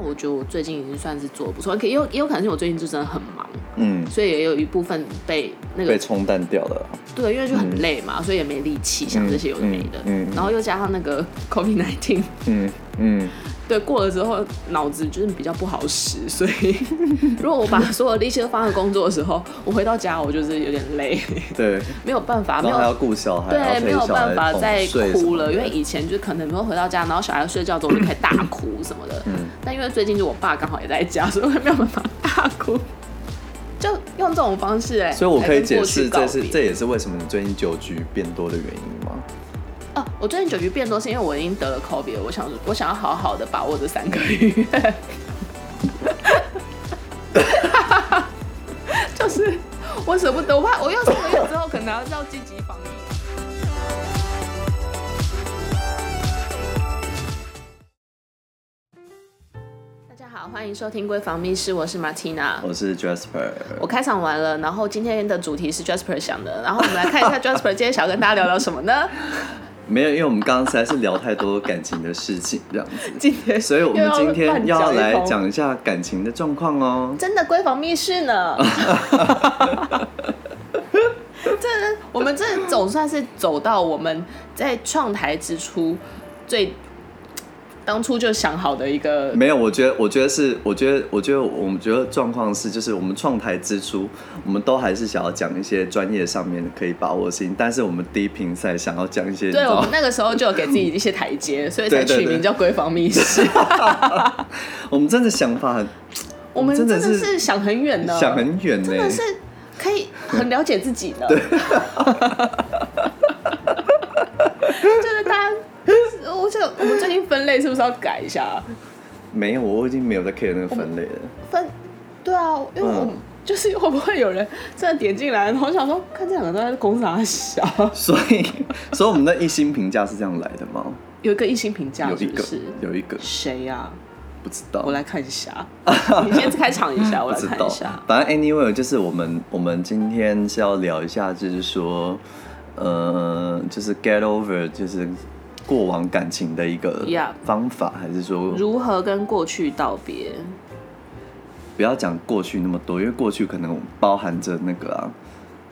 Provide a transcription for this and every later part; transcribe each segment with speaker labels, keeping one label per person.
Speaker 1: 我觉得我最近已经算是做得不错，可也有也有可能是我最近就真的很忙，
Speaker 2: 嗯，
Speaker 1: 所以也有一部分被那个
Speaker 2: 被冲淡掉了。
Speaker 1: 对，因为就很累嘛，所以也没力气想这些有的没的，
Speaker 2: 嗯嗯嗯
Speaker 1: 然后又加上那个 COVID nineteen，
Speaker 2: 嗯嗯，
Speaker 1: 对，过了之后脑子就是比较不好使，所 以如果我把所有力气都放在工作的时候，我回到家我就是有点累，
Speaker 2: 对，
Speaker 1: 没有办啊法，没
Speaker 2: 然后还
Speaker 1: 有
Speaker 2: 要顾小孩，还
Speaker 1: 对，
Speaker 2: 要
Speaker 1: 没
Speaker 2: 陪
Speaker 1: 有
Speaker 2: 小孩
Speaker 1: 办法
Speaker 2: 哄
Speaker 1: 再
Speaker 2: 睡什
Speaker 1: 哭
Speaker 2: 么
Speaker 1: 了，
Speaker 2: 的
Speaker 1: 因为以前就可能没有回到家，然后小孩睡觉之后我就开始大哭什么的。
Speaker 2: 嗯
Speaker 1: 但因为最近就我爸刚好也在家，所以我也没有办法大哭，就用这种方式哎、
Speaker 2: 所以我可
Speaker 1: 来
Speaker 2: 以
Speaker 1: 跟
Speaker 2: 解
Speaker 1: 过
Speaker 2: 释，
Speaker 1: 去告
Speaker 2: 这
Speaker 1: 别
Speaker 2: 是这也是为什么你最近酒局变多的原因吗？
Speaker 1: 哦，我最近酒局变多是因为我已经得了 COVID，了我想我想要好好的把握这三个月， 就是我舍不得，我怕我用三个月之后可能还是要积极防疫。大家好，欢迎收听《闺房密室》，我是 Martina，
Speaker 2: 我是 Jasper，
Speaker 1: 我开场完了，然后今天的主题是 Jasper 想的，然后我们来看一下 Jasper 今天想跟大家聊聊什么呢？
Speaker 2: 没有，因为我们刚刚实在是聊太多感情的事情这样子，
Speaker 1: 今天，
Speaker 2: 所以我们今天
Speaker 1: 又
Speaker 2: 要
Speaker 1: 乱一
Speaker 2: 来
Speaker 1: 通
Speaker 2: 讲一下感情的状况哦。
Speaker 1: 真的闺房密室呢。这我们这总算是走到我们在创台之初最当初就想好的一个，
Speaker 2: 没有，我觉得，我觉得是，我觉得，我觉得，我们觉得状况是，就是我们创台之初，我们都还是想要讲一些专业上面可以把握的事情，但是我们低频赛想要讲一些，你知
Speaker 1: 对我
Speaker 2: 道
Speaker 1: 们那个时候就有给自己一些台阶，所以才
Speaker 2: 对对
Speaker 1: 取
Speaker 2: 对
Speaker 1: 名叫闺房密 室。
Speaker 2: 我们真的想法很
Speaker 1: 我们真的
Speaker 2: 真的是
Speaker 1: 是想很远呢，
Speaker 2: 想很远呢、
Speaker 1: 真的是可以很了解自己的， 就是大家，我想我们最近分类是不是要改一下啊？
Speaker 2: 没有，我已经没有在 care 那个分类了。
Speaker 1: 分，对啊，因为我、
Speaker 2: 嗯
Speaker 1: 就是会不会有人真的点进来，然后想说看这两个都在攻啥小，
Speaker 2: 所以，所以我们的一星评价是这样来的吗？
Speaker 1: 有一个一星评价
Speaker 2: 有一
Speaker 1: 是不
Speaker 2: 个
Speaker 1: 是？，
Speaker 2: 有一个，
Speaker 1: 谁呀、啊？
Speaker 2: 不知道，
Speaker 1: 我来看一 下，你先开场一下，我
Speaker 2: 不
Speaker 1: 来
Speaker 2: 知
Speaker 1: 看
Speaker 2: 道
Speaker 1: 一下。。
Speaker 2: 反正 anyway，就是我们我们今天是要聊一下，就是说，呃，就是 get over，就是过往感情的一个
Speaker 1: Yeah
Speaker 2: 方法还是说
Speaker 1: 如何跟过去道别？
Speaker 2: 不要讲过去那么多，因为过去可能包含着那个啊，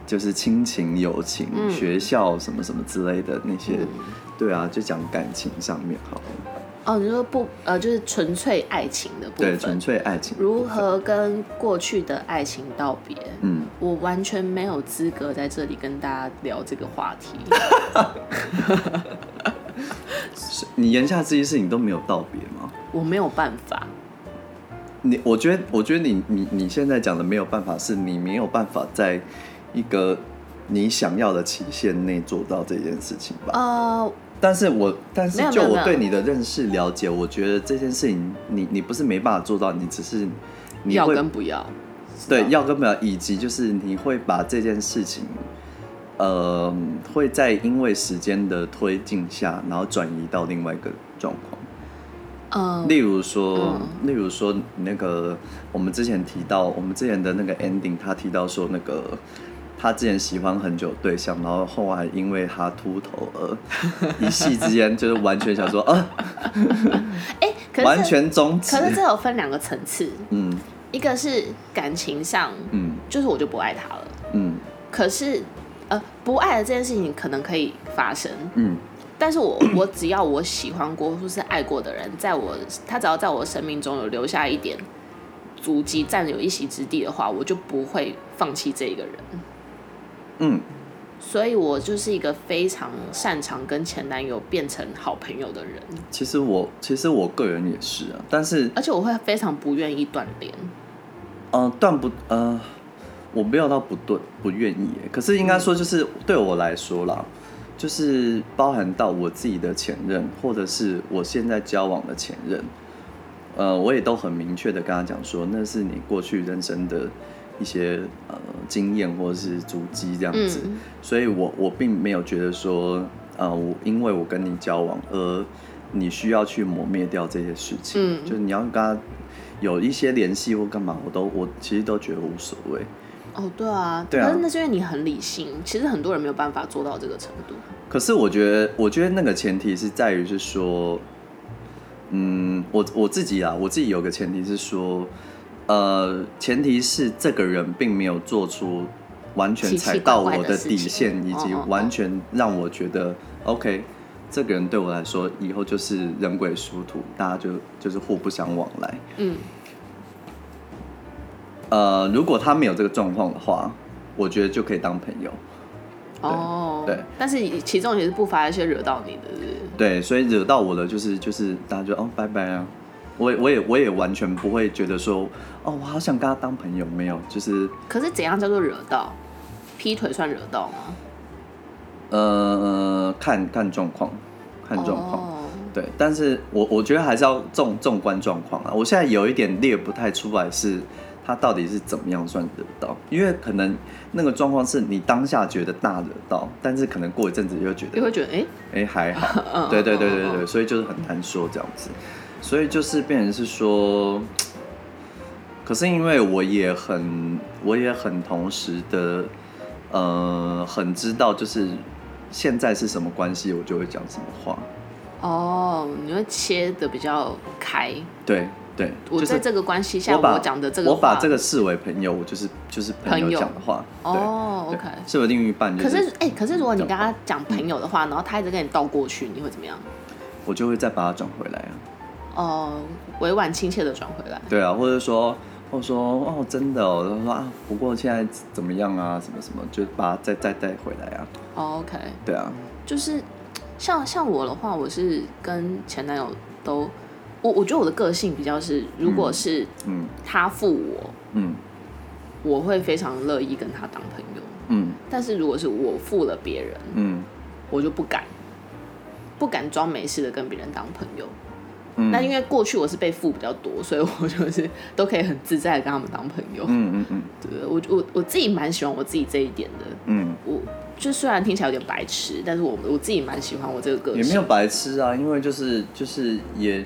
Speaker 2: 就是亲情、友情、
Speaker 1: 嗯
Speaker 2: 学校什么什么之类的那些。对啊，就讲感情上面好了，
Speaker 1: 哦，你说不呃，就是纯粹爱情的部
Speaker 2: 对，
Speaker 1: 分。
Speaker 2: 纯粹爱情。
Speaker 1: 如何跟过去的爱情道别？
Speaker 2: 嗯，
Speaker 1: 我完全没有资格在这里跟大家聊这个话 题。
Speaker 2: 你言下之意是你都没有道别吗？
Speaker 1: 我没有办 法，
Speaker 2: 你我觉得，我觉得你你你现在讲的没有办法，是你没有办法在一个你想要的期限内做到这件事情吧。
Speaker 1: 呃，
Speaker 2: 但是我但是
Speaker 1: 没有
Speaker 2: 就
Speaker 1: 没有
Speaker 2: 我
Speaker 1: 没有
Speaker 2: 对你的认识了解，我觉得这件事情你你不是没办法做到，你只是你
Speaker 1: 要
Speaker 2: 会
Speaker 1: 跟不要，
Speaker 2: 对
Speaker 1: 吧
Speaker 2: 要跟不要，以及就是你会把这件事情。呃，会在因为时间的推进下，然后转移到另外一个状况。
Speaker 1: 嗯、
Speaker 2: 例如说，
Speaker 1: 嗯
Speaker 2: 例如说那个我们之前提到，我们之前的那个 ending，他提到说那个他之前喜欢很久的对象，然后后来因为他秃头而一夕之间就是完 全想说啊，
Speaker 1: 哎、可是
Speaker 2: 完全终止
Speaker 1: 可。是这有分两个层次，
Speaker 2: 嗯
Speaker 1: 一个是感情上，
Speaker 2: 嗯
Speaker 1: 就是我就不爱他了，
Speaker 2: 嗯
Speaker 1: 可是呃，不爱的这件事情可能可以发生，
Speaker 2: 嗯
Speaker 1: 但是我我只要我喜欢过或是爱过的人，在我他只要在我生命中有留下一点足迹，占有一席之地的话，我就不会放弃这一个人。
Speaker 2: 嗯，
Speaker 1: 所以我就是一个非常擅长跟前男友变成好朋友的人，
Speaker 2: 其实我其实我个人也是啊，但是
Speaker 1: 而且我会非常不愿意断联。
Speaker 2: 嗯，断不呃，我没有到不对不愿意耶，可是应该说就是对我来说啦，就是包含到我自己的前任，或者是我现在交往的前任，呃，我也都很明确的跟他讲说，那是你过去人生的一些呃经验或者是足迹这样子，
Speaker 1: 嗯，
Speaker 2: 所以我我并没有觉得说，呃，我因为我跟你交往而你需要去磨灭掉这些事情，
Speaker 1: 嗯
Speaker 2: 就是你要跟他有一些联系或干嘛，我都我其实都觉得无所谓。
Speaker 1: 哦，对啊，
Speaker 2: 对啊
Speaker 1: 可是那是因为你很理性，其实很多人没有办法做到这个程度。
Speaker 2: 可是我觉得，我觉得那个前提是在于是说，嗯，我我自己啊，我自己有个前提是说，呃，前提是这个人并没有做出完全
Speaker 1: 奇奇
Speaker 2: 踩到
Speaker 1: 怪怪
Speaker 2: 我
Speaker 1: 的
Speaker 2: 的
Speaker 1: 事
Speaker 2: 底
Speaker 1: 情
Speaker 2: 线，以
Speaker 1: 哦
Speaker 2: 及
Speaker 1: 哦哦
Speaker 2: 完全让我觉得 哦 OK，这个人对我来说以后就是人鬼殊途，大家就就是互不相往来。
Speaker 1: 嗯，
Speaker 2: 呃，如果他没有这个状况的话，我觉得就可以当朋友。
Speaker 1: 哦，
Speaker 2: 对
Speaker 1: 但是其中也是不乏一些惹到你的，是不是
Speaker 2: 对，所以惹到我的就是就是大家就哦拜拜啊，我也我也我也完全不会觉得说哦我好想跟他当朋友，没有，就是
Speaker 1: 可是怎样叫做惹到？劈腿算惹到吗？
Speaker 2: 呃看看状况，看状况。
Speaker 1: 哦
Speaker 2: 对，但是我我觉得还是要纵纵观状况啊。我现在有一点列不太出来是他到底是怎么样算得到，因为可能那个状况是你当下觉得大惹到，但是可能过一阵子又觉得
Speaker 1: 又会觉得哎、诶
Speaker 2: 哎、还好，
Speaker 1: 嗯
Speaker 2: 对对对
Speaker 1: 嗯
Speaker 2: 对
Speaker 1: 嗯
Speaker 2: 对，所以就是很难说这样子，所以就是变成是说，可是因为我也很，我也很同时的，呃，很知道就是现在是什么关系，我就会讲什么话，
Speaker 1: 哦，你会切的比较开。
Speaker 2: 对对，
Speaker 1: 我
Speaker 2: 就是
Speaker 1: 在这个关系下，
Speaker 2: 我把
Speaker 1: 我讲的这个
Speaker 2: 我
Speaker 1: 话，
Speaker 2: 把这个视为朋友，我就是就是朋
Speaker 1: 朋友
Speaker 2: 友讲的话，对
Speaker 1: 哦
Speaker 2: 对
Speaker 1: ，OK。
Speaker 2: 视为另一半、就
Speaker 1: 可
Speaker 2: 是，
Speaker 1: 是哎、可是如果你跟他讲朋友的话，然后他一直跟你倒过去，你会怎么样？
Speaker 2: 我就会再把它转回来啊。
Speaker 1: 哦，委婉亲切的转回来。
Speaker 2: 对啊，或者说，或者说哦，真的哦，他说啊，不过现在怎么样啊，什么什么，就把它再再带回来啊，
Speaker 1: 哦、OK，
Speaker 2: 对啊，
Speaker 1: 就是像像我的话，我是跟前男友都，我我觉得我的个性比较是，如果是
Speaker 2: 嗯
Speaker 1: 他负我，
Speaker 2: 嗯
Speaker 1: 我会非常乐意跟他当朋友。
Speaker 2: 嗯
Speaker 1: 但是如果是我负了别人，
Speaker 2: 嗯
Speaker 1: 我就不敢，不敢装没事的跟别人当朋友。
Speaker 2: 嗯，
Speaker 1: 那因
Speaker 2: 为
Speaker 1: 为过去我是被负比较多，所以我就是都可以很自在的跟他们当朋友。
Speaker 2: 嗯嗯嗯
Speaker 1: 对我我我自己蛮喜欢我自己这一点的。
Speaker 2: 嗯
Speaker 1: 我就虽然听起来有点白痴，但是我我自己蛮喜欢我这个个性。
Speaker 2: 也没有白痴啊，因为就是就是也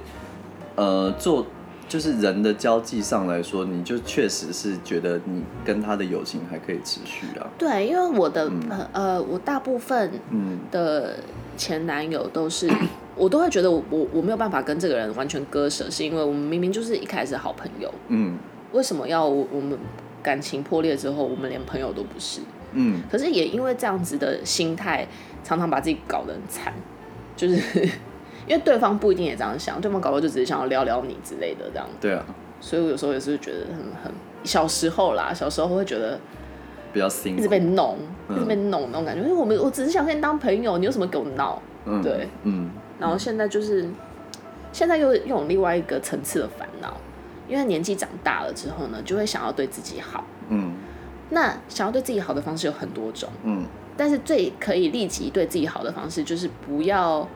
Speaker 2: 呃做。就是人的交际上来说，你就确实是觉得你跟他的友情还可以持续啊。
Speaker 1: 对，因为我的、呃，我大部分
Speaker 2: 嗯
Speaker 1: 的前男友都是， 我都会觉得我我我没有办法跟这个人完全割舍，是因为我们明明就是一开始好朋友，
Speaker 2: 嗯
Speaker 1: 为什么要我我们感情破裂之后，我们连朋友都不是？
Speaker 2: 嗯
Speaker 1: 可是也因为这样子的心态，常常把自己搞得很惨，就是 因为对方不一定也这样想，对方搞不好就只是想要聊聊你之类的这样。
Speaker 2: 对啊，
Speaker 1: 所以我有时候也是觉得很很小时候啦，小时候会觉得
Speaker 2: 比较辛
Speaker 1: 一
Speaker 2: 苦。
Speaker 1: 直被弄，一
Speaker 2: 嗯
Speaker 1: 直被弄那种感觉。因为我们我只是想跟你当朋友，你有什么给我闹？
Speaker 2: 嗯
Speaker 1: 对
Speaker 2: 嗯
Speaker 1: 然后现在就是，现在又又有另外一个层次的烦恼，因为年纪长大了之后呢，就会想要对自己好。
Speaker 2: 嗯
Speaker 1: 那想要对自己好的方式有很多种，
Speaker 2: 嗯
Speaker 1: 但是最可以立即对自己好的方式就是不要，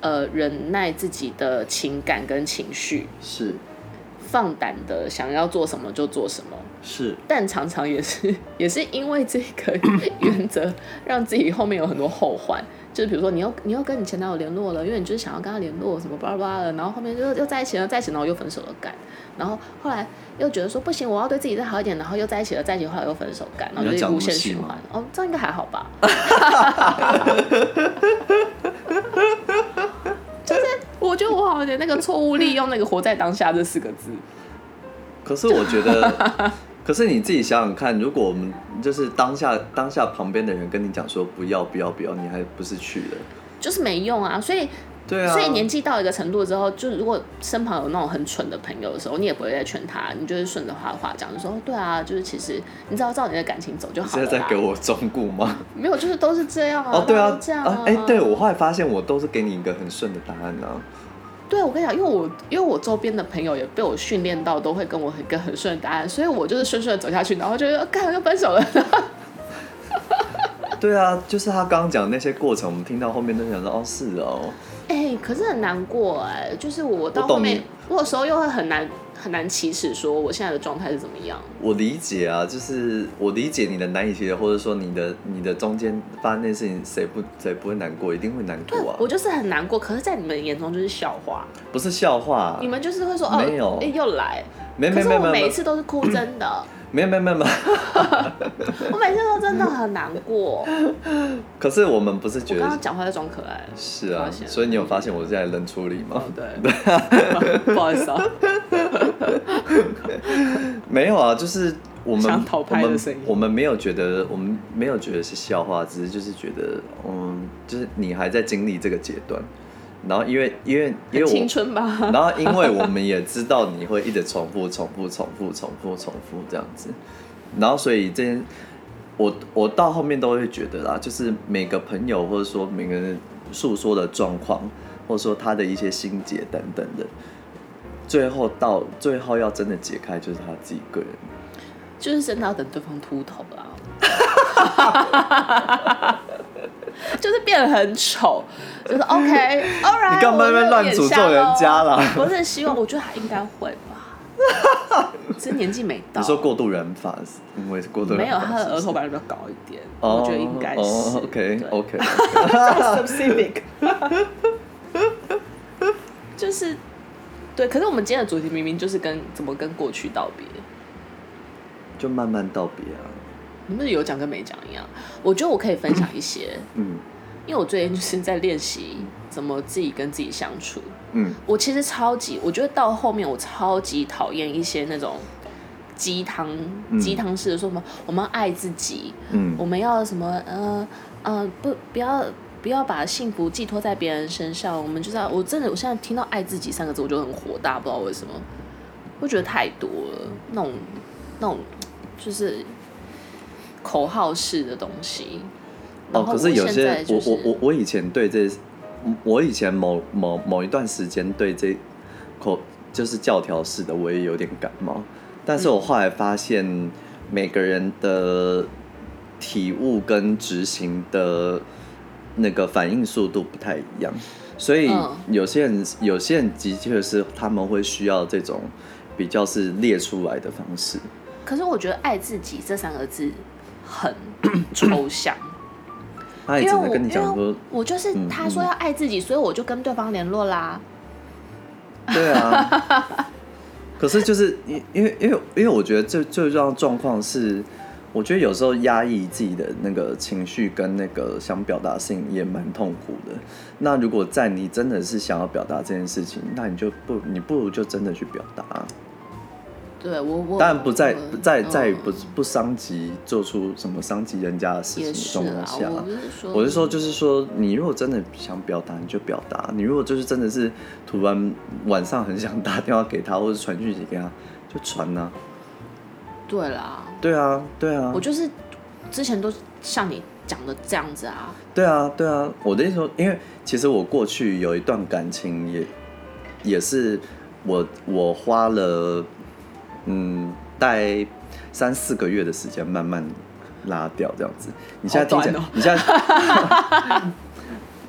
Speaker 1: 呃，忍耐自己的情感跟情绪，
Speaker 2: 是
Speaker 1: 放胆的想要做什么就做什么。
Speaker 2: 是
Speaker 1: 但常常也是 也是因为这个 原则，让自己后面有很多后患。就是比如说，你又你又跟你前男友联络了，因为你就是想要跟他联络，什么巴拉巴拉的，然后后面又又在一起了，在一起，然后又分手了，干。然后后来又觉得说不行，我要对自己再好一点，然后又在一起了，在一起，后来又分手，干，然后
Speaker 2: 你
Speaker 1: 就是
Speaker 2: 要讲
Speaker 1: 无限
Speaker 2: 那么细
Speaker 1: 循
Speaker 2: 吗
Speaker 1: 环。哦，这样应该还好吧？ 就是我觉得我好像有点那个错误利用那个“活在当下”这四个字。
Speaker 2: 可是我觉得， 可是你自己想想看，如果我们就是当下当下旁边的人跟你讲说不要不要不要，你还不是去了？
Speaker 1: 就是没用啊，所以
Speaker 2: 对啊，
Speaker 1: 所以年纪到一个程度之后，就如果身旁有那种很蠢的朋友的时候，你也不会再劝他，你就是顺着他的话讲，就说哦对啊，就是其实你只要照你的感情走就
Speaker 2: 你
Speaker 1: 好
Speaker 2: 现
Speaker 1: 了
Speaker 2: 在
Speaker 1: 啦。
Speaker 2: 在给我忠告吗？
Speaker 1: 没有，就是都是这样啊。
Speaker 2: 哦，对
Speaker 1: 大家
Speaker 2: 啊
Speaker 1: 都这，样
Speaker 2: 啊，哎、对我后来发现我都是给你一个很顺的答案啊。
Speaker 1: 对我跟你讲，因为我因为我周边的朋友也被我训练到，都会跟我很跟很顺的答案，所以我就是顺顺的走下去，然后就是啊干又分手了。
Speaker 2: 对啊，就是他刚刚讲的那些过程，我们听到后面都想说，哦，是哦，
Speaker 1: 哎、可是很难过哎、就是我到
Speaker 2: 我懂
Speaker 1: 后面
Speaker 2: 你，
Speaker 1: 我有时候又会很难很难启齿，说我现在的状态是怎么样。
Speaker 2: 我理解啊，就是我理解你的难以理解，或者说你的你的中间发生那事情，谁不谁不会难过，一定会难过啊，
Speaker 1: 我就是很难过，可是，在你们眼中就是笑话。
Speaker 2: 不是笑话、啊
Speaker 1: 你，们就是会说哦，
Speaker 2: 没有
Speaker 1: 诶又来。
Speaker 2: 没
Speaker 1: 可
Speaker 2: 没
Speaker 1: 是
Speaker 2: 没
Speaker 1: 我
Speaker 2: 没
Speaker 1: 每一
Speaker 2: 没，
Speaker 1: 次都是哭真的，
Speaker 2: 没有没有没有没有。嗯
Speaker 1: 我每次都真的很难 过。
Speaker 2: 可是我们不是
Speaker 1: 我
Speaker 2: 觉
Speaker 1: 刚
Speaker 2: 得
Speaker 1: 刚讲话在装可爱，
Speaker 2: 是啊
Speaker 1: 发，现
Speaker 2: 所以你有发现我是在冷处理吗？
Speaker 1: 对， 不好意思啊，
Speaker 2: 没有啊，就是我们
Speaker 1: 想讨拍的声音
Speaker 2: 我们我们没有觉得，我们没有觉得是笑话，只是就是觉得，嗯，就是你还在经历这个阶段，然后因为因为 因为
Speaker 1: 很青
Speaker 2: 我，
Speaker 1: 春吧？
Speaker 2: 然后因为我们也知道你会一直重复、重复、重复、重复、重复这样子，然后所以这件我我到后面都会觉得啦，就是每个朋友或者说每个人诉说的状况，或者说他的一些心结等等的。最后到最后要真的解开，就是他自己个人
Speaker 1: 就是真的要等对方秃头啊啦。 就是变得很丑，就是 OK，All right，
Speaker 2: 你干嘛在那边乱诅咒人家啦
Speaker 1: 我就眼瞎咯不是希望，我觉得他应该会吧， 只是年纪没到。
Speaker 2: 你说过度染发是因为是过度染
Speaker 1: 没有，
Speaker 2: 发
Speaker 1: 他的额头
Speaker 2: 白，
Speaker 1: 板比较高一点，
Speaker 2: 哦
Speaker 1: 我觉得应该是。
Speaker 2: 哦 OK
Speaker 1: 对
Speaker 2: OK，
Speaker 1: specific，就是对。可是我们今天的主题明明就是跟怎么跟过去道别，
Speaker 2: 就慢慢道别啊。
Speaker 1: 你们有讲跟没讲一样。我觉得我可以分享一些，
Speaker 2: 嗯
Speaker 1: 因为我最近就是在练习怎么自己跟自己相处。
Speaker 2: 嗯，
Speaker 1: 我其实超级，我觉得到后面我超级讨厌一些那种鸡汤
Speaker 2: 嗯
Speaker 1: 鸡汤式的说什么我们要爱自己，
Speaker 2: 嗯
Speaker 1: 我们要什么呃呃不不要不要把幸福寄托在别人身上，我们就是要我真的我现在听到爱自己三个字我就很火大，不知道为什么，我觉得太多了那种那种就是口号式的东西。
Speaker 2: 哦，
Speaker 1: 然后
Speaker 2: 可是有
Speaker 1: 现
Speaker 2: 些
Speaker 1: 在就
Speaker 2: 我
Speaker 1: 是
Speaker 2: 我我我以前对这，我以前某某某一段时间对这口就是教条式的我也有点感冒，但
Speaker 1: 嗯
Speaker 2: 是我后来发现每个人的体悟跟执行的那个反应速度不太一样，所以
Speaker 1: 嗯
Speaker 2: 有些人有些人的确是他们会需要这种比较是列出来的方式，
Speaker 1: 可是我觉得“爱自己”这三个字 很抽象，
Speaker 2: 他也
Speaker 1: 因为
Speaker 2: 只能
Speaker 1: 我
Speaker 2: 跟你讲
Speaker 1: 因为
Speaker 2: 说，
Speaker 1: 我就是
Speaker 2: 嗯
Speaker 1: 他说要爱自己，所以我就跟对方联络啦。
Speaker 2: 对啊，可是就是因因为因为因为我觉得最最重要的状况是，我觉得有时候压抑自己的那个情绪跟那个想表达的事情也蛮痛苦的。那如果在你真的是想要表达这件事情，那你就不你不如就真的去表达啊、
Speaker 1: 哦对我我
Speaker 2: 当然不在
Speaker 1: 我
Speaker 2: 不在
Speaker 1: 嗯
Speaker 2: 在于不不伤及做出什么伤及人家的事情
Speaker 1: 也
Speaker 2: 的
Speaker 1: 是
Speaker 2: 状况
Speaker 1: 啦，
Speaker 2: 下，
Speaker 1: 我不是说
Speaker 2: 啊我是说，就是说，你如果真的想表达，你就表达；你如果就是真的是突然晚上很想打电话给他，或者传讯息给他，就传呐、
Speaker 1: 对啦，
Speaker 2: 对啊，对啊
Speaker 1: 我，就是之前都像你讲的这样子啊，
Speaker 2: 对啊，对啊。我的意思说，因为其实我过去有一段感情也也是我我花了嗯大概三四个月的时间慢慢拉掉这样子。你现在听起来，
Speaker 1: 好短哦
Speaker 2: 你现在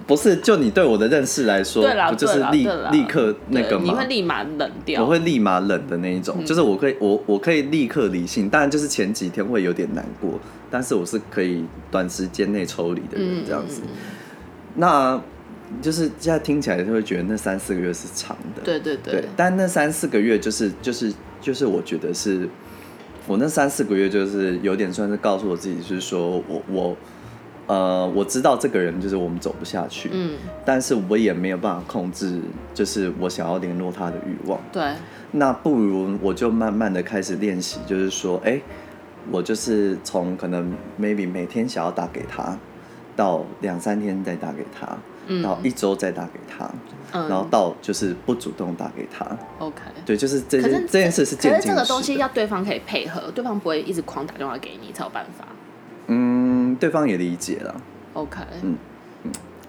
Speaker 2: 不是就你对我的认识来说，
Speaker 1: 对啦，
Speaker 2: 不就是
Speaker 1: 对啦
Speaker 2: 立
Speaker 1: 对啦
Speaker 2: 立刻那
Speaker 1: 对
Speaker 2: 个
Speaker 1: 你
Speaker 2: 吗
Speaker 1: 会？立马冷掉，嗯
Speaker 2: 我会立马冷的那一种，就是我可以我我可以立刻理性，当然就是前几天会有点难过，但是我是可以短时间内抽离的
Speaker 1: 嗯
Speaker 2: 人这样子。那就是现在听起来就会觉得那三四个月是长的，
Speaker 1: 对对对，
Speaker 2: 但那三四个月就是就是就是我觉得是，我那三四个月就是有点算是告诉我自己，就是说我我呃我知道这个人就是我们走不下去，
Speaker 1: 嗯，
Speaker 2: 但是我也没有办法控制，就是我想要联络他的欲望。
Speaker 1: 对，
Speaker 2: 那不如我就慢慢的开始练习，就是说，哎、我就是从可能 maybe 每天想要打给他，到两三天再打给他，
Speaker 1: 嗯
Speaker 2: 然后一周再打给他，
Speaker 1: 嗯
Speaker 2: 然后到就是不主动打给他，
Speaker 1: OK。
Speaker 2: 对，就是这
Speaker 1: 可
Speaker 2: 件
Speaker 1: 是
Speaker 2: 这件事是
Speaker 1: 可
Speaker 2: 渐
Speaker 1: 是
Speaker 2: 进
Speaker 1: 这个东
Speaker 2: 式
Speaker 1: 西
Speaker 2: 的。
Speaker 1: 要对方可以配合，对方不会一直狂打电话给你才有办法。
Speaker 2: 嗯，对方也理解了，
Speaker 1: OK，
Speaker 2: 嗯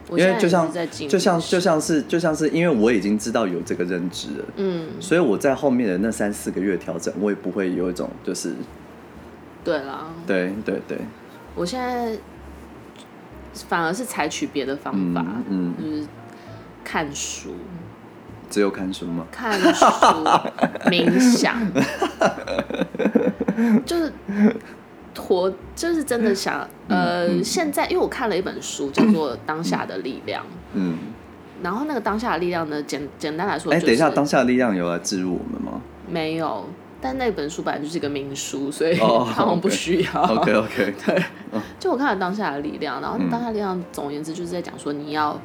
Speaker 1: 我
Speaker 2: 因
Speaker 1: 现在
Speaker 2: 为就
Speaker 1: 也
Speaker 2: 像
Speaker 1: 是在进步
Speaker 2: 就像就像是就像是因为我已经知道有这个认知了，
Speaker 1: 嗯，
Speaker 2: 所以我在后面的那三四个月调整，我也不会有一种就是
Speaker 1: 对啦，
Speaker 2: 对对对，
Speaker 1: 我现在反而是采取别的方法，
Speaker 2: 嗯嗯，
Speaker 1: 就是看书、
Speaker 2: 只有看书吗？
Speaker 1: 看书、冥想，就是活，就是真的想，呃，现在因为我看了一本书，叫做《当下的力量》。
Speaker 2: 嗯，
Speaker 1: 然后那个当下的力量呢，简简单来说、
Speaker 2: 哎、
Speaker 1: 就是，
Speaker 2: 等一下，当下的力量有来置入我们吗？
Speaker 1: 没有，但那本书本来就是一个名书，所以他
Speaker 2: 哦
Speaker 1: 好像不
Speaker 2: OK
Speaker 1: 需要。
Speaker 2: OK OK，对，
Speaker 1: 就我看了当下的力量，然后当下力量，总而言之就是在讲说，你要，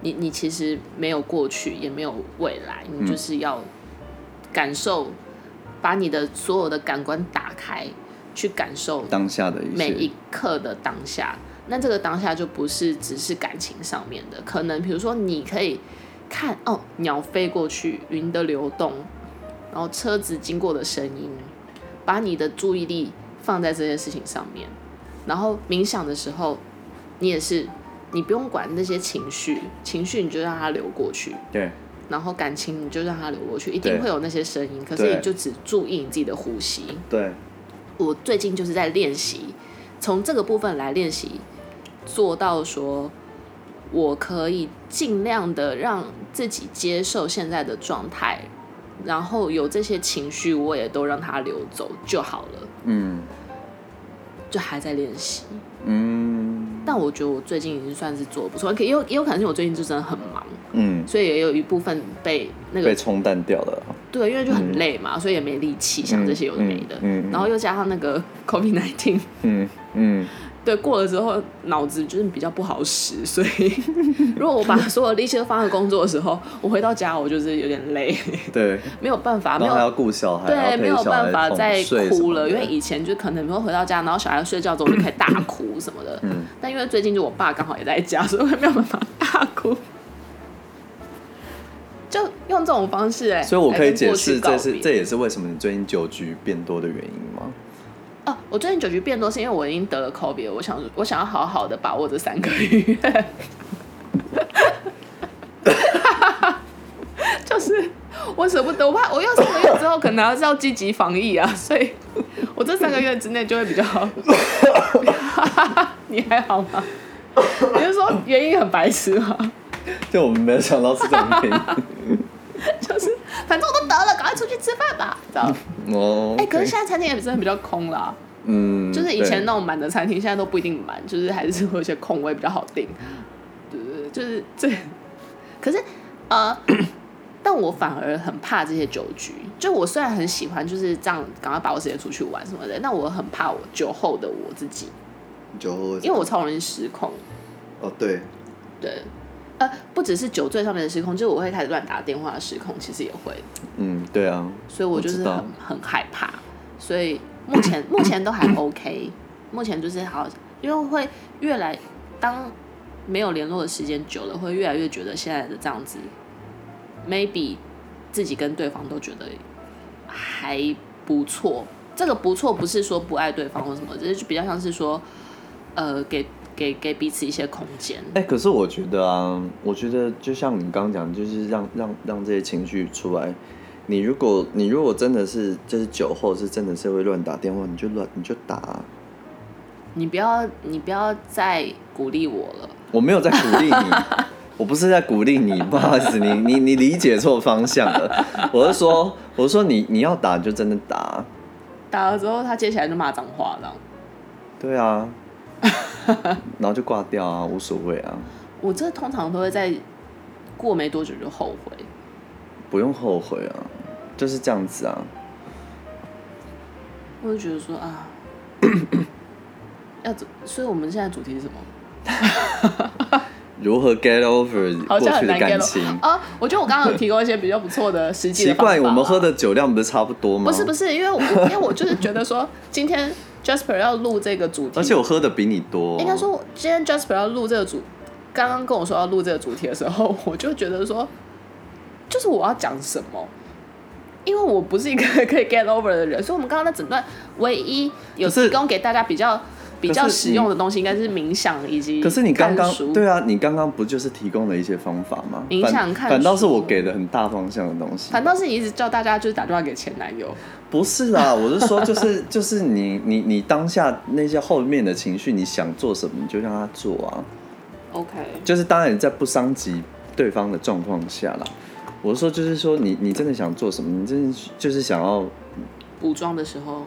Speaker 1: 你你其实没有过去，也没有未来，你就是要感受，把你的所有的感官打开，去感受
Speaker 2: 当下的一
Speaker 1: 每
Speaker 2: 些
Speaker 1: 一刻的当下。那这个当下就不是只是感情上面的，可能比如说你可以看哦，鸟飞过去，云的流动，然后车子经过的声音，把你的注意力放在这些事情上面。然后冥想的时候，你也是，你不用管那些情绪，情绪你就让它流过去，
Speaker 2: 对
Speaker 1: 然后感情你就让它流过去，一定
Speaker 2: 对
Speaker 1: 会有那些声音，可是
Speaker 2: 对
Speaker 1: 你就只注意你自己的呼吸。
Speaker 2: 对
Speaker 1: 我最近就是在练习，从这个部分来练习，做到说我可以尽量的让自己接受现在的状态，然后有这些情绪我也都让它流走就好了，
Speaker 2: 嗯
Speaker 1: 就还在练习。
Speaker 2: 嗯
Speaker 1: 但我觉得我最近已经算是做得不错，可也有也有可能是我最近就真的很忙，
Speaker 2: 嗯，
Speaker 1: 所以也有一部分被那个
Speaker 2: 被冲淡掉了，
Speaker 1: 对，因为就很累嘛，所以也没力气想这些有的没的，
Speaker 2: 嗯嗯嗯
Speaker 1: 然后又加上那个 COVID nineteen。
Speaker 2: 嗯嗯
Speaker 1: 对，过了之后脑子就是比较不好使，所以 如果我 把所有力气都放在工作的时候，我回到家我就是有点累，
Speaker 2: 对，
Speaker 1: 没有办啊法，没
Speaker 2: 然后还要
Speaker 1: 有
Speaker 2: 顾小孩，还
Speaker 1: 对，
Speaker 2: 要陪
Speaker 1: 没有
Speaker 2: 小孩
Speaker 1: 办法
Speaker 2: 哄
Speaker 1: 再
Speaker 2: 睡什
Speaker 1: 哭
Speaker 2: 么
Speaker 1: 了，因
Speaker 2: 的
Speaker 1: 为以前就可能没有回到家，然后小孩睡觉之后我就开始大哭什么的，
Speaker 2: 嗯
Speaker 1: 但因为最近就我爸刚好也在家，所以我也没有办法大哭。就用这种方式哎、
Speaker 2: 所以我
Speaker 1: 来
Speaker 2: 可以
Speaker 1: 跟
Speaker 2: 解
Speaker 1: 过去
Speaker 2: 释，
Speaker 1: 告
Speaker 2: 这是
Speaker 1: 别
Speaker 2: 这也是为什么你最近酒局变多的原因吗？
Speaker 1: 哦，我最近酒局变多是因为我已经得了 COVID，我想我想要好好的把握这三个月， 就是我舍不得，我怕我用三个月之后可能还是要积极防疫啊，所以我这三个月之内就会比较好。 你还好吗？你是说原因很白痴吗？
Speaker 2: 就我们没有想到是这种原因
Speaker 1: 就是反正我都得了，赶快出去吃饭吧，这样。
Speaker 2: 哦。
Speaker 1: 哎、可是
Speaker 2: OK
Speaker 1: 现在餐厅也真的比较空啦。
Speaker 2: 嗯，
Speaker 1: 就是以前
Speaker 2: 对
Speaker 1: 那种满的餐厅，现在都不一定满，就是还是会有一些空位比较好订。对对对，就是这。可是呃， 但我反而很怕这些酒局。就我虽然很喜欢就是这样赶快把握时间出去玩什么的，但我很怕我酒后的我自己，
Speaker 2: 酒后，
Speaker 1: 因为我超容易失控。
Speaker 2: 哦对，
Speaker 1: 对，呃，不只是酒醉上面的失控，就是我会开始乱打电话的失控，其实也会。
Speaker 2: 嗯对啊，
Speaker 1: 所以我就是
Speaker 2: 知
Speaker 1: 很
Speaker 2: 道
Speaker 1: 很害怕，所以目前目前都 还 OK，目前就是好，因为会越来当没有联络的时间久了，会越来越觉得现在的这样子，maybe 自己跟对方都觉得还不错。这个不错不是说不爱对方或什么，只是比较像是说，呃，给给给彼此一些空间。
Speaker 2: 哎、可是我觉得啊，我觉得就像你刚刚讲，就是让让让这些情绪出来。你如果你如果真的是就是酒后是真的是会乱打电话，你就乱你就打啊、
Speaker 1: 你不要你不要再鼓励我了。
Speaker 2: 我没有在鼓励你， 我不是在鼓励你，不好意思，你你你理解错方向了。我是说，我是说你你要打就真的打，
Speaker 1: 打了之后，他接起来就骂脏话了。
Speaker 2: 对啊，然后就挂掉啊，无所谓啊，
Speaker 1: 我这通常都会在过没多久就后悔。
Speaker 2: 不用后悔啊，就是这样子啊。
Speaker 1: 我就觉得说啊，要怎？所以我们现在主题是什么？
Speaker 2: 如何 get over
Speaker 1: 好像
Speaker 2: 过
Speaker 1: 很
Speaker 2: 去的
Speaker 1: 难
Speaker 2: 感
Speaker 1: get
Speaker 2: 情？
Speaker 1: 到啊！我觉得我刚刚有提供一些比较不错的实际
Speaker 2: 奇
Speaker 1: 的方法
Speaker 2: 怪，
Speaker 1: 啦
Speaker 2: 我们喝的酒量不是差不多吗？
Speaker 1: 不是不
Speaker 2: 是，
Speaker 1: 是，因为我因为我就是觉得说，今天 Jasper 要录这个主题，
Speaker 2: 而且我喝的比你多。
Speaker 1: 应该说，今天 Jasper 要录这个主，刚刚跟我说要录这个主题的时候， 我就觉得说，就是我要讲什么，因为我不是一个 可以 get over 的人，所以我们刚刚的诊断唯一有
Speaker 2: 可是
Speaker 1: 提供给大家比较比较
Speaker 2: 可是
Speaker 1: 实用的东西，应该是冥想以及
Speaker 2: 可是你刚
Speaker 1: 看
Speaker 2: 刚
Speaker 1: 书
Speaker 2: 对啊，你刚刚不就是提供了一些方法吗？
Speaker 1: 影响
Speaker 2: 反
Speaker 1: 看
Speaker 2: 反倒
Speaker 1: 书
Speaker 2: 是我给的很大方向的东西。
Speaker 1: 反倒是你一直叫大家就是打电话给前男友，
Speaker 2: 不是啦，我是说， 就是就是你你你当下那些后面的情绪，你想做什么你就让他做啊。
Speaker 1: OK，
Speaker 2: 就是当然在不伤及对方的状况下啦。我是说，就是说你你真的想做什么，你真的就是想要，
Speaker 1: 补妆的时 候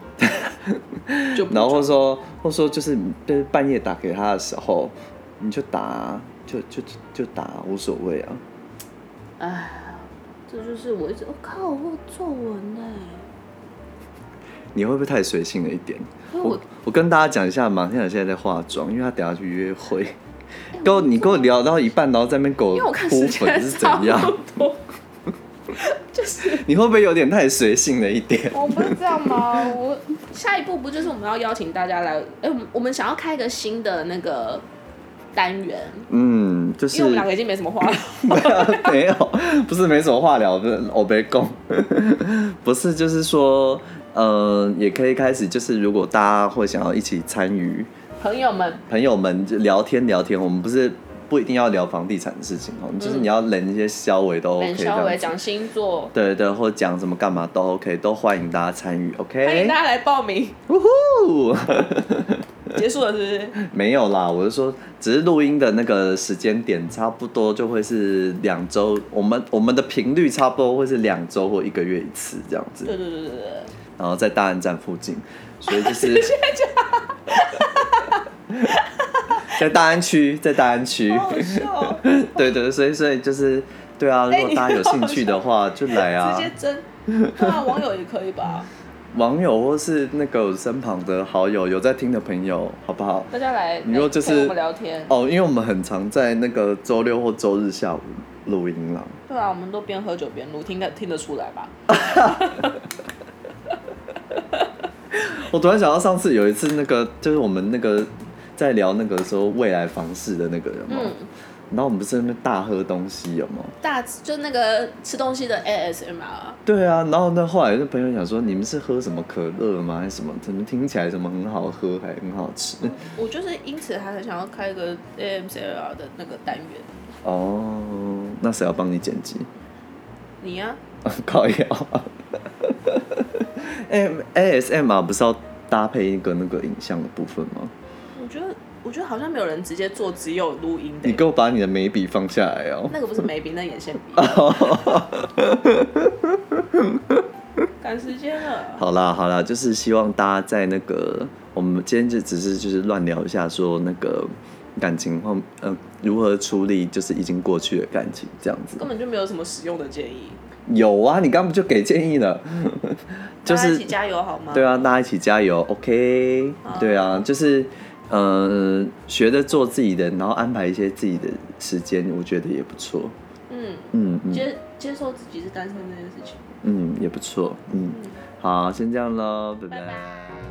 Speaker 1: 就补
Speaker 2: 然
Speaker 1: 妆
Speaker 2: 后或者说或者说就是就是半夜打给他的时候，你就打啊、就就就打啊、无所谓啊。
Speaker 1: 哦欸哎，这就是我一直我、靠，我有皱纹哎，
Speaker 2: 你会不会太随性了一点？
Speaker 1: 因为
Speaker 2: 我
Speaker 1: 我
Speaker 2: 我跟大家讲一下，马天尔现在在化妆，因为他等下去约会。
Speaker 1: 哎
Speaker 2: 跟我你跟我聊到一半，然后在那边给我
Speaker 1: 因为我看
Speaker 2: 铺
Speaker 1: 时
Speaker 2: 粉
Speaker 1: 间
Speaker 2: 是怎
Speaker 1: 差不
Speaker 2: 样？
Speaker 1: 多，
Speaker 2: 你会不会有点太随性了一点？
Speaker 1: 我不是这样吗？我下一步不就是我们要邀请大家来？哎、我们我们想要开一个新的那个单元，
Speaker 2: 嗯，就是
Speaker 1: 因为我们两个已经没什么话了。
Speaker 2: 没有，不是没什么话聊，不是我被供， 不是就是说，呃，也可以开始，就是如果大家会想要一起参与，
Speaker 1: 朋友们，
Speaker 2: 朋友们就聊天聊天，我们不是不一定要聊房地产的事情哦，就是你要冷一些消委都
Speaker 1: 嗯
Speaker 2: OK
Speaker 1: 冷
Speaker 2: 这
Speaker 1: 肖伟
Speaker 2: 样子。
Speaker 1: 讲星座，
Speaker 2: 对对，或讲什么干嘛都 OK，都欢迎大家参与
Speaker 1: 欢迎
Speaker 2: ，OK？
Speaker 1: 大家来报名。
Speaker 2: 呜呼！
Speaker 1: 结束了是不是？
Speaker 2: 没有啦，我是说，只是录音的那个时间点差不多就会是两周，我们我们的频率差不多会是两周或一个月一次这样子，
Speaker 1: 对对对对对。
Speaker 2: 然后在大安站附近，所以就是 在大安区，在大安区，
Speaker 1: 好好笑哦，
Speaker 2: 对对，所以所以就是对啊，如
Speaker 1: 哎
Speaker 2: 果大家有兴趣的话，就来啊
Speaker 1: 直，接争，对啊，网友也可以吧？
Speaker 2: 网友或是那个身旁的好友有在听的朋友，好不好？
Speaker 1: 大家来，
Speaker 2: 你说就是
Speaker 1: 来陪我们聊天，
Speaker 2: 哦，因为我们很常在那个周六或周日下午录音啦。
Speaker 1: 对啊，我们都边喝酒边录，听得听得出来吧？
Speaker 2: 我突然想到上次有一次，那个就是我们那个在聊那个时候未来房市的那个人嘛，
Speaker 1: 嗯，
Speaker 2: 然后我们不是在那边大喝东西有吗？
Speaker 1: 大就那个吃东西的 ASMR，
Speaker 2: 对啊，然后那后来那朋友想说，你们是喝什么可乐吗？还是什么？怎么听起来什么很好喝，还很好吃？
Speaker 1: 我就是因此还很想要开一个 ASMR 的那个单元。
Speaker 2: 哦，那谁要帮你剪辑？
Speaker 1: 你啊呀、
Speaker 2: 靠腰。M 哎 ASM r 不是要搭配一个那个影像的部分吗？
Speaker 1: 我觉得我觉得好像没有人直接做只有录音的
Speaker 2: 你，给我把你的眉笔放下来哦。
Speaker 1: 那个不是眉笔，那眼线 笔。赶时间了，
Speaker 2: 好啦，好啦，就是希望大家在那个我们今天就只是就是乱聊一下，说那个感情后呃如何处理，就是已经过去的感情这样子。
Speaker 1: 根本就没有什么实用的建议，
Speaker 2: 有啊，你刚不就给建议了？ 就
Speaker 1: 大家一
Speaker 2: 是
Speaker 1: 起加油好吗？
Speaker 2: 对啊，大家一起加油，OK？
Speaker 1: 好
Speaker 2: 对啊，就是呃学着做自己的，然后安排一些自己的时间，我觉得也不错。
Speaker 1: 嗯，
Speaker 2: 嗯嗯
Speaker 1: 接接受自己是单身这件事情。
Speaker 2: 嗯，也不错。嗯，好，先这样喽，拜
Speaker 1: 嗯拜
Speaker 2: 拜
Speaker 1: 拜。